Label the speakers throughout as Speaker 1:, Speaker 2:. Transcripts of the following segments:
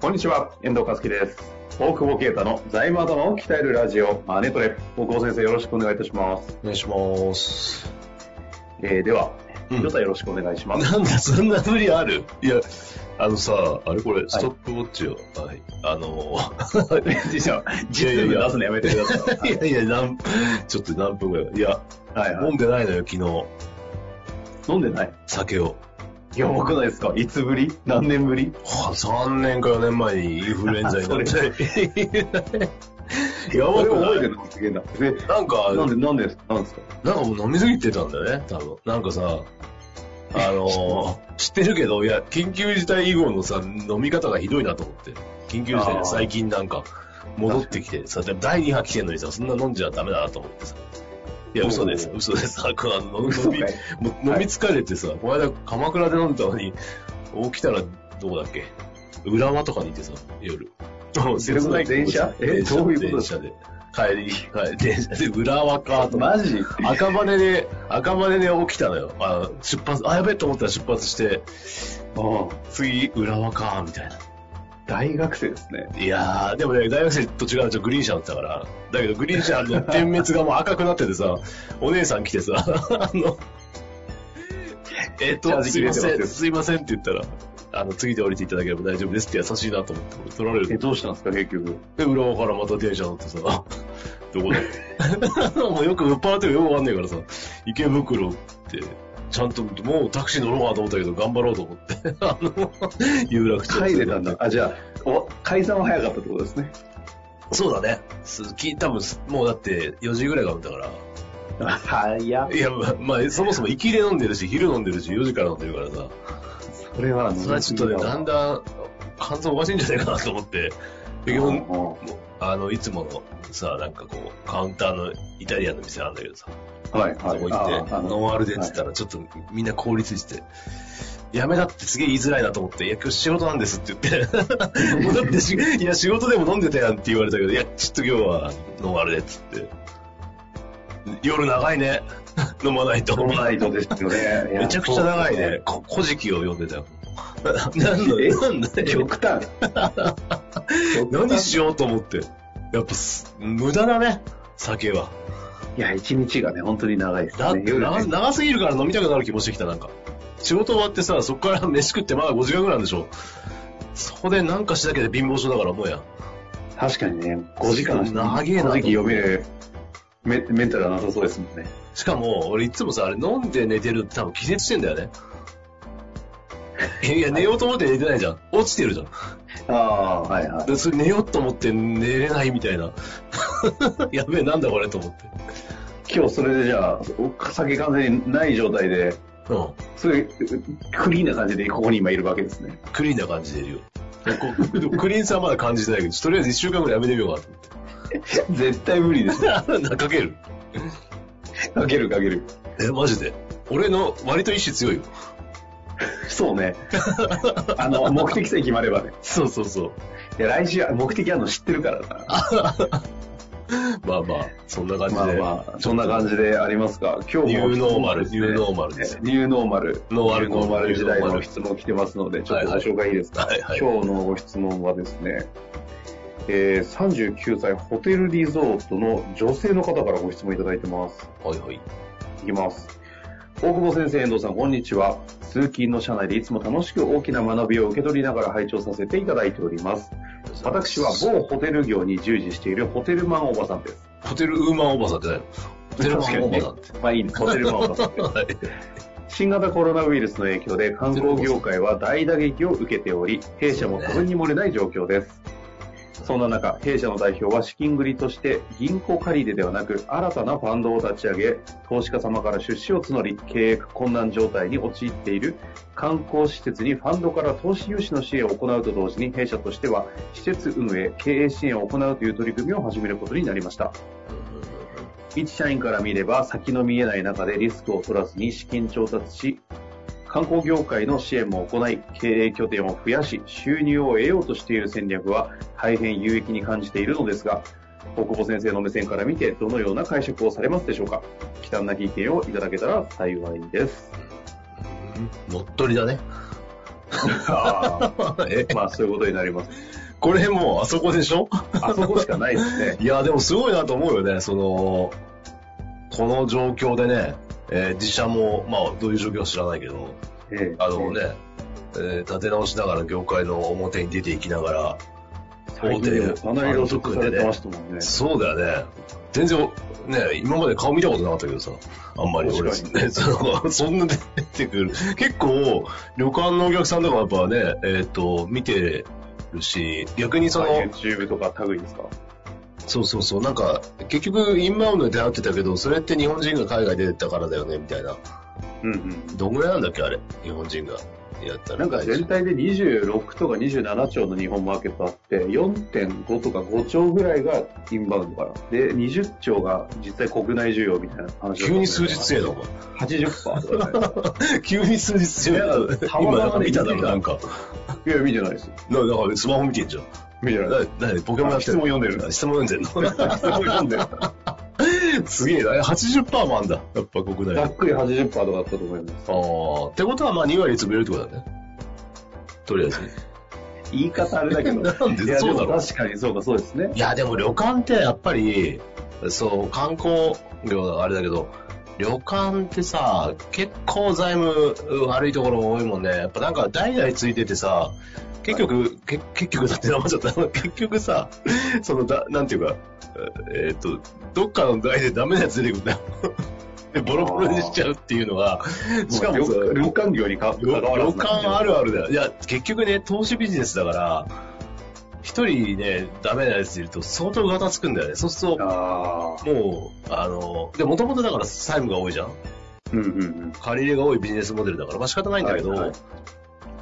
Speaker 1: こんにちは、遠藤和樹です。大久保啓太の財務頭を鍛えるラジオ、マネトレ。大久保先生、よろしくお願いいたします。
Speaker 2: お願いします。
Speaker 1: えー、では、
Speaker 2: うん
Speaker 1: ヨタよろしくお 願いします。
Speaker 2: なんだ、そんな無理あるいや、あのさ、あれこれ、ストップウォッチを、はい、あの、
Speaker 1: 実は、実務出すのやめてください。
Speaker 2: いやいや、なん、ちょっと何分ぐらい。いや、
Speaker 1: はい、はい
Speaker 2: 飲んでないのよ、昨 日、
Speaker 1: 飲んでない
Speaker 2: 酒を。
Speaker 1: やばくないですかいつぶり何年ぶり
Speaker 2: は3年か4年前にインフルエンザに なっ
Speaker 1: そ
Speaker 2: て。や
Speaker 1: 俺
Speaker 2: ばく
Speaker 1: 覚え
Speaker 2: な
Speaker 1: て
Speaker 2: い
Speaker 1: るのすげえな。え、
Speaker 2: なんか、
Speaker 1: なんで、なんでですかなんですか
Speaker 2: なんかもう飲みすぎてたんだよね、多分。なんかさ、あの ー知ってるけど、いや、緊急事態以後のさ、飲み方がひどいなと思って。緊急事態
Speaker 1: あー
Speaker 2: で最近なんか、戻ってきて、さ、でも第2波来てんのにさ、そんな飲んじゃダメだなと思ってさ。いや、嘘です
Speaker 1: お、ー
Speaker 2: 嘘 です。あの飲み、
Speaker 1: 嘘かい
Speaker 2: もう飲み疲れてさ、この間鎌倉で飲んだのに、起きたらどこだっけ浦和とかにいてさ、夜。もう切ない
Speaker 1: 電車え
Speaker 2: 電車
Speaker 1: どういうこと
Speaker 2: 電車で。帰り、はい、電車で浦和かと思っ
Speaker 1: マ
Speaker 2: て
Speaker 1: ジ
Speaker 2: 赤羽で、赤羽で起きたのよ。あ出発、あ、やべえと思ったら出発して、
Speaker 1: うん。
Speaker 2: 次、浦和か、みたいな。
Speaker 1: 大学生ですね。
Speaker 2: いやー、でもね、大学生と違う、ちょグリーン車乗ってたから。だけど、グリーン車の点滅がもう赤くなっててさ、お姉さん来てさ、あの、えっ
Speaker 1: チャー
Speaker 2: と、
Speaker 1: ジ切
Speaker 2: すい
Speaker 1: れ
Speaker 2: ま
Speaker 1: てますよ
Speaker 2: せん、すいませんって言ったら、あの、次で降りていただければ大丈夫ですって優しいなと思って、取られ
Speaker 1: え、
Speaker 2: る。
Speaker 1: どうしたんですか結局。
Speaker 2: で、浦和からまた電車乗ってさ、どこだって。 もうよく酔っ払ってるよ、よくわかんないからさ、池袋って、ちゃんと、もうタクシー乗ろうかと思ったけど、頑張ろうと思って、 あの、有楽町
Speaker 1: 帰れたんだ。あ、じゃあ、お、解散は早かったってことですね。
Speaker 2: そうだね。すき多分すもうだって4時ぐらいからだから。
Speaker 1: 早
Speaker 2: いや、ままあ、そもそも行きで飲んでるし、昼飲んでるし、4時から飲んでるからさ。
Speaker 1: それは飲みすぎだわ、
Speaker 2: それはちょっとね、だんだん肝臓おかしいんじゃないかなと思って。結
Speaker 1: うん
Speaker 2: 局、
Speaker 1: うん
Speaker 2: あの、いつものさ、なんかこう、カウンターのイタリアンの店なんだけどさ、
Speaker 1: はい、
Speaker 2: そ
Speaker 1: はい。
Speaker 2: こ行って、
Speaker 1: ああの
Speaker 2: ノンアルでって言ったら、ちょっとみんな凍りついてて、やめだってすげえ言いづらいなと思って、いや、今日仕事なんですって 言って、もうだってし、いや、仕事でも飲んでたやんって言われたけど、いや、ちょっと今日はノンアルでっつって。夜長いね。 飲まないと。
Speaker 1: 飲まないとですよね。
Speaker 2: めちゃくちゃ長い
Speaker 1: そう
Speaker 2: ね。こ古事記を読んでたよ。 なんだ
Speaker 1: え
Speaker 2: なんだ
Speaker 1: ですね。極 端。極端
Speaker 2: 何しようと思って。やっぱす、無駄だね。酒は。
Speaker 1: いや、一日がね、本当に長いです
Speaker 2: だっ
Speaker 1: ね。
Speaker 2: て
Speaker 1: 夜
Speaker 2: 長
Speaker 1: ね
Speaker 2: 長すぎるから飲みたくなる気もしてきた、なんか。仕事終わってさ、そこから 飯食ってまだ5時間ぐらいなんでしょ。そこでなんかしなきゃ貧乏症だからもうやん。
Speaker 1: 確かにね、5時間。
Speaker 2: 長えな
Speaker 1: 正直読めるメメンタルはなさそうですもんね。
Speaker 2: しかも、俺いつもさ、あれ飲んで寝てるって多分気絶してんだよね。いや、寝ようと思って寝てないじゃん。落ちてるじゃん。
Speaker 1: ああ、はいは
Speaker 2: でそれ寝ようと思って寝れないみたいな。 やべえ、なんだこれと思って。
Speaker 1: い。今日それでじゃあ、お酒完全にない状態で、
Speaker 2: うん。
Speaker 1: すごいクリーンな感じでここに今いるわけですね。
Speaker 2: クリーンな感じでいるよ。こうでもクリーンさはまだ感じてないけど、とりあえず1週間ぐらいやめてみようか
Speaker 1: 絶対無理ですね。
Speaker 2: と思 って。かける。
Speaker 1: かけるかける。
Speaker 2: え、マジで。俺の割と意志強いよ。
Speaker 1: そう ね。あの、目的さえ決まればね。
Speaker 2: そうそうそう。
Speaker 1: いや、来週は目的あるの知ってるからな。
Speaker 2: まあまあ、そんな感じで。
Speaker 1: まあまあ、そんな感じでありますが、今日も
Speaker 2: ニューノーマル
Speaker 1: 質問ですね
Speaker 2: ニューノーマルです
Speaker 1: ニューノーマル。
Speaker 2: ノーアルコール
Speaker 1: ニューノーマル時代の質問来てますので、ちょっとご紹介いいですか。
Speaker 2: はいはい。
Speaker 1: 今日のご質問はですね、えー、39歳ホテルリゾートの女性の方からご質問いただいてます。
Speaker 2: はいはい。
Speaker 1: いきます。大久保先生、遠藤さん、こんにちは。通勤の車内でいつも楽しく大きな学びを受け取りながら拝聴させていただいております。私は某ホテル業に従事しているホテルマンおばさんです。
Speaker 2: ホテルウーマンおばさんってないのホテルマンおばさんって。
Speaker 1: まあいいね、ホテルマンおばさんです。
Speaker 2: はい
Speaker 1: 新型コロナウイルスの影響で観光業界は大打撃を受けており、弊社もそれに漏れない状況です。そんな中、弊社の代表は資金繰りとして銀行借り入れではなく新たなファンドを立ち上げ、投資家様から出資を募り経営困難状態に陥っている観光施設にファンドから投資融資の支援を行うと同時に弊社としては施設運営、経営支援を行うという取り組みを始めることになりました。一社員から見れば先の見えない中でリスクを取らずに資金調達し、観光業界の支援も行い、経営拠点を増やし、収入を得ようとしている戦略は大変有益に感じているのですが、大久保先生の目線から見て、どのような解釈をされますでしょうか忌憚なき意見をいただけたら幸いです。
Speaker 2: 乗っ取りだね。え
Speaker 1: まあ、そういうことになります。
Speaker 2: これもうあそこでしょ
Speaker 1: あそこしかないです ね。
Speaker 2: いや、でもすごいなと思うよね。その、この状況でね、えー自社も、まあ、どういう状況か知らないけど、
Speaker 1: ええ
Speaker 2: あのね、えー立て直しながら業界の表に出ていきながら、
Speaker 1: 最近でもかなり露出されてましたもんね。
Speaker 2: そうだよね。全然、ね、今まで顔見たことなかったけどさ、あんまり俺、
Speaker 1: 確か
Speaker 2: ね、 そのそんな出てくる。結構、旅館のお客さんとかやっぱね、えっ、と、見てるし、逆にその、
Speaker 1: YouTube とかタグいですか
Speaker 2: そうそうそう、なんか、結局、インバウンドで出会ってたけど、それって日本人が海外出てったからだよね、みたいな。
Speaker 1: うんうん。
Speaker 2: どんぐらいなんだっけ、あれ。日本人がやったら。
Speaker 1: なんか全体で26とか27兆の日本マーケットあって、4.5とか5兆ぐらいがインバウンドかな。で、20兆が実際国内需要みたいな話だったんで
Speaker 2: 急に数日強いな、お
Speaker 1: 80%とかじゃないで
Speaker 2: 前。急に数日強い
Speaker 1: いや
Speaker 2: な。
Speaker 1: たまたま
Speaker 2: 今、
Speaker 1: ね
Speaker 2: なんか見ただろ、なんか。
Speaker 1: すか。いや、見てないです。
Speaker 2: ななんか、スマホ見てんじゃん。
Speaker 1: 見てないです。
Speaker 2: な、なに、ポケモンやって
Speaker 1: 質
Speaker 2: んの
Speaker 1: 問読んでる
Speaker 2: あ質問読 んでんの
Speaker 1: すごい読んでる。
Speaker 2: すげえな。え80%もあんだ。やっぱ国内。
Speaker 1: ざ
Speaker 2: あ
Speaker 1: っくり80%とかだったと思います。
Speaker 2: あ。ってことは、まあ、2割潰れるってことだね。とりあえず。
Speaker 1: 言い方あれだけど。
Speaker 2: なんで
Speaker 1: いや、
Speaker 2: そう
Speaker 1: で
Speaker 2: だろ
Speaker 1: も確かにそうか、そうですね。
Speaker 2: いや、でも旅館ってやっぱり、そう、観光業だからあれだけど、旅館ってさ、結構財務悪いところ多いもんね。やっぱなんか代々ついててさ、結局、け結局だって黙っちゃった。 結局さ、そのだ、なんていうか、えーっと、どっかの代でダメなやつ出てくるんだよ。 でボロボロにしちゃうっていうのは、しかもさ
Speaker 1: 旅旅館業にか関
Speaker 2: 旅
Speaker 1: わらず
Speaker 2: 館あるあるだよ。いや、結局ね、投資ビジネスだから、一人ね、ダメなやついると相当ガタつくんだよね。そうすると、
Speaker 1: ああ。
Speaker 2: もう、あの、で、もともとだから債務が多いじゃん
Speaker 1: うんうんうん。
Speaker 2: 借り入れが多いビジネスモデルだから、まあ仕方ないんだけど、
Speaker 1: はいはい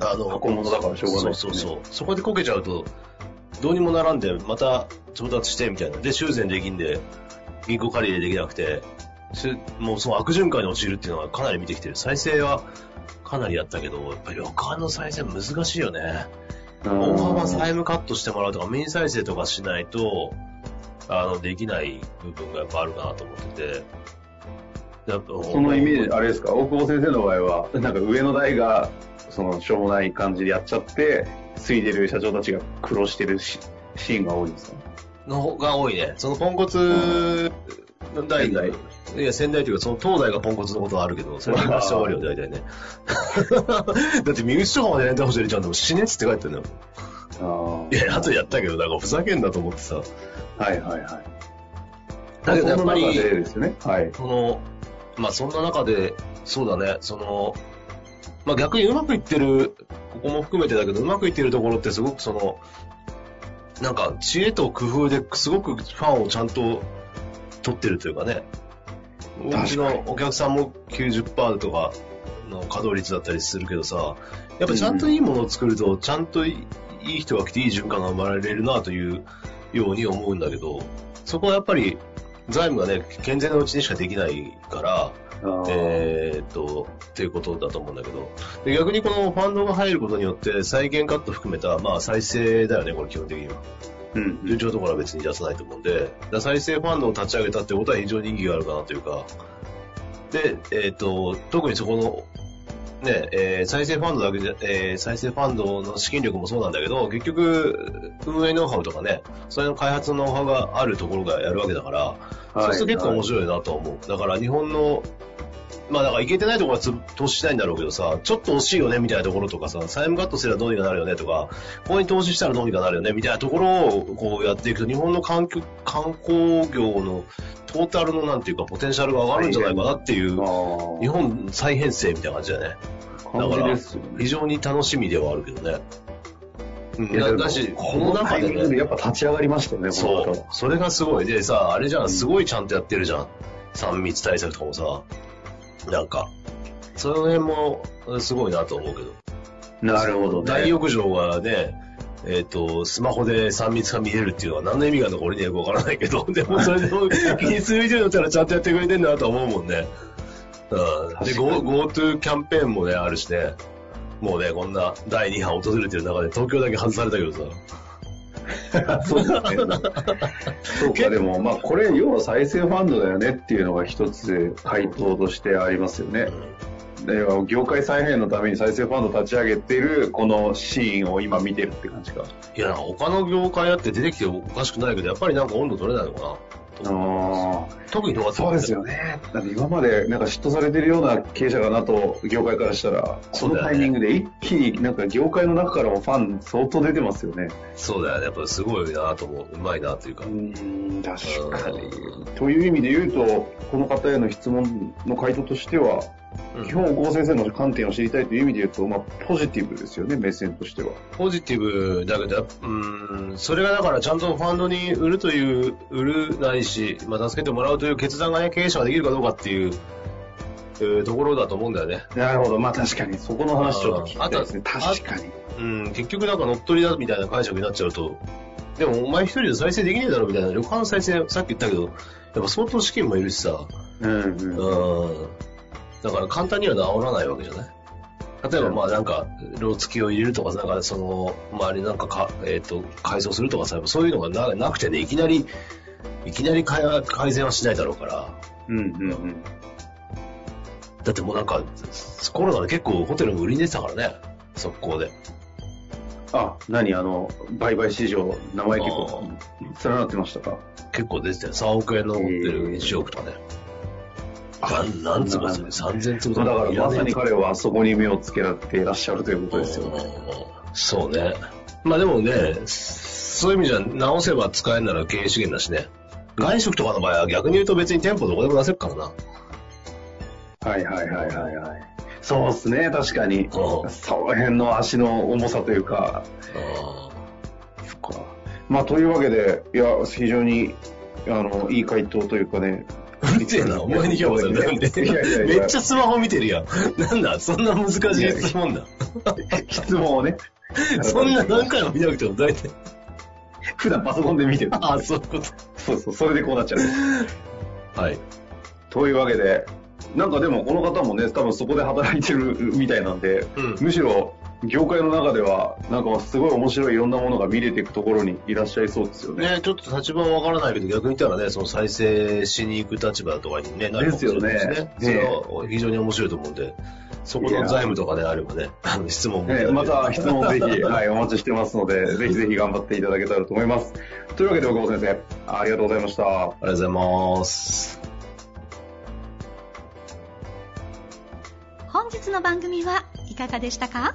Speaker 2: あの、
Speaker 1: 箱物だからしょうがないです
Speaker 2: そ
Speaker 1: ね
Speaker 2: うそうそう。そこでこけちゃうと、どうにもならんで、また調達してみたいな。で、修繕できんで、銀行借り入れできなくて、しもうその悪循環に陥るっていうのはかなり見てきてる。再生はかなりやったけど、やっぱり旅館の再生難しいよね。大幅債務カットしてもらうとか、メイン再生とかしないと、あの、できない部分がやっぱあるかなと思ってて。やっぱ
Speaker 1: そのイメージ、あれですか、大久保先生の場合は、なんか上の代が、その、しょうもない感じでやっちゃって、継いでる社長たちが苦労してるしシーンが多いんですか
Speaker 2: の方が多いね。そのポンコツの代々、いや、先代というか、その東大がポンコツのことはあるけど、それが少量大 体ね。だって、身内とかまで連帯保証入れちゃうんだもん、死ねっつって書いてんだよ。
Speaker 1: あはい
Speaker 2: や、後でやったけど、なんかふざけんなと思ってさ。
Speaker 1: いはいはい。
Speaker 2: だけど、やっぱ
Speaker 1: その中で
Speaker 2: り、
Speaker 1: ですよね。はい。
Speaker 2: その、まあ、そんな中で、そうだね、その、まあ、逆にうまくいってる、ここも含めてだけど、うまくいってるところってすごくその、なんか、知恵と工夫ですごくファンをちゃんと取ってるというかね、
Speaker 1: 確かに
Speaker 2: うちのお客さんも90%とかの稼働率だったりするけどさ、やっぱちゃんといいものを作ると、ちゃんといいい人が来ていい循環が生まれるなというように思うんだけど、そこはやっぱり財務がね、健全なうちにしかできないから、
Speaker 1: あー
Speaker 2: えーっと、っていうことだと思うんだけど、で逆にこのファンドが入ることによって、再現カット含めた、まあ再生だよね、これ基本的には。
Speaker 1: うん
Speaker 2: 順調ところは別に出さないと思うんで、だから再生ファンドを立ち上げたってことは非常に意義があるかなというか、で、えーっと、特にそこの、ね、えー再生ファンドだけじゃ、えー再生ファンドの資金力もそうなんだけど、結局、運営ノウハウとかね、それの開発のノウハウがあるところがやるわけだから、そうすると結構面白いなと思う。だから日本の、まあだからいけてないところはつ投資しないんだろうけどさ、ちょっと惜しいよねみたいなところとかさ、債務カットすればどうにかなるよねとか、ここに投資したらどうにかなるよねみたいなところをこうやっていくと、日本の環境観光業のトータルのなんていうかポテンシャルが上がるんじゃないかなっていう、
Speaker 1: はい
Speaker 2: 日本再編成みたいな感じだね。
Speaker 1: あー感じですよ
Speaker 2: 非
Speaker 1: ね。
Speaker 2: 常に楽しみではあるけどね。うん
Speaker 1: いや
Speaker 2: だだし
Speaker 1: このタイミングでやっぱ立ち上がりましたよね、この
Speaker 2: そ
Speaker 1: 方
Speaker 2: う。それがすごい。でさ、あれじゃん、すごいちゃんとやってるじゃん。三密対策とかもさ。なんか、その辺もうんすごいなと思うけど。
Speaker 1: なるほどね。
Speaker 2: 大浴場がね、えっ、と、スマホで3密が見れるっていうのは何の意味があるのか俺にはよくわからないけど、 でもそれで も気にする以上だったらちゃんとやってくれてんだなとは思うもんね。うん。で、
Speaker 1: 確かに
Speaker 2: Go- GoTo キャンペーンもね、あるしね。もうね、こんな第2波訪れてる中で東京だけ外されたけどさ。
Speaker 1: そうですね。そうか、でも、まあ、これ、要は再生ファンドだよねっていうのが一つ回答としてありますよね。で業界再編のために再生ファンド立ち上げてる、このシーンを今見てるって感じか。
Speaker 2: いや、他の業界だって出てきておかしくないけど、やっぱりなんか温度取れないのかな。
Speaker 1: あ
Speaker 2: 特に東
Speaker 1: そうですよね。だって今までなんか嫉妬されてるような経営者かなと、業界からしたら、
Speaker 2: そ
Speaker 1: そうの
Speaker 2: だよね
Speaker 1: タイミングで一気になんか業界の中からもファン相当出てますよね。
Speaker 2: そうだよね。やっぱりすごいなと思う。うまいなというか。
Speaker 1: うん、確
Speaker 2: かに
Speaker 1: という意味で言うと、この方への質問の回答としては、
Speaker 2: うん
Speaker 1: 基本、郷先生の観点を知りたいという意味で言うと、まあ、ポジティブですよね、目線としては。
Speaker 2: ポジティブだけど、やっぱうーん、それがだからちゃんとファンドに売るという、売るないし、まあ、助けてもらうという決断がね、経営者ができるかどうかっていう、えーところだと思うんだよね。
Speaker 1: なるほど、まあ確かに、そこの
Speaker 2: 話ちょっと聞きたいですね確
Speaker 1: かに。
Speaker 2: うん、結局なんか乗っ取りだみたいな解釈になっちゃうと、でもお前一人で再生できねえだろみたいな、旅館の再生、さっき言ったけど、やっぱ相当資金もいるしさ、
Speaker 1: うん、
Speaker 2: う
Speaker 1: うん。
Speaker 2: ん、だから簡単には治らないわけじゃない例えばまあなんか、ロー付きを入れるとか、なんかその、周りなんかか、えっ、と、改造するとかさ、やっぱそういうのがななくてね、いきなり、いきなり改は改善はしないだろうから、
Speaker 1: うん、うん、うん。
Speaker 2: だってもうなんか、コロナで結構ホテルも売りに出てたからね、速攻で。
Speaker 1: あ、何あの、売買市場、名前結構、連なってましたか
Speaker 2: 結構出てたよ。3億円のホテル1億とかね。なん何坪ですよね。3000
Speaker 1: だ
Speaker 2: 坪
Speaker 1: か、
Speaker 2: とから
Speaker 1: まさに
Speaker 2: いらね
Speaker 1: 彼はそこに目をつけられていらっしゃるという
Speaker 2: え
Speaker 1: ことですよね。
Speaker 2: うんそうね。まあでもね、そういう意味じゃ直せば使えるなら経営資源だしね。外食とかの場合は逆に言うと別に店舗どこでも出せるからな。
Speaker 1: はいはいはいはいはい。そうですね、確かに。
Speaker 2: うん
Speaker 1: その辺の足の重さというか。そっか。まあ、というわけで、いや、非常に、あの、いい回答というかね。
Speaker 2: うるせえな、お前に評価されたんで
Speaker 1: いやいや。い
Speaker 2: め
Speaker 1: や
Speaker 2: っちゃスマホ見てるやん。なんだ、そんな難しい質問だ。
Speaker 1: 質問 をね。
Speaker 2: そんな何回も見なくても大体。
Speaker 1: 普段パソコンで見てる。
Speaker 2: ああ、そういうこ
Speaker 1: そうそう、それでこうなっちゃう。
Speaker 2: と。はい。
Speaker 1: というわけで、なんかでもこの方もね、多分そこで働いてるみたいなんで、
Speaker 2: うん
Speaker 1: むしろ業界の中では、なんかすごい面白いいろんなものが見れていくところにいらっしゃいそうですよね。
Speaker 2: ね、ちょっと立場はわからないけど、逆に言ったらね、その再生しに行く立場とかにね、なるかもしれない
Speaker 1: ですよね
Speaker 2: それは非常に面白いと思うんで、そこの財務とかね、あればね、あの質問もいた
Speaker 1: ね
Speaker 2: だければ。
Speaker 1: また質問ぜひ、はい、お待ちしてますので、ぜひぜひ頑張っていただけたらと思います。というわけで、岡本先生、ありがとうございました。
Speaker 2: ありがとうございます。
Speaker 3: 本日の番組はいかがでしたか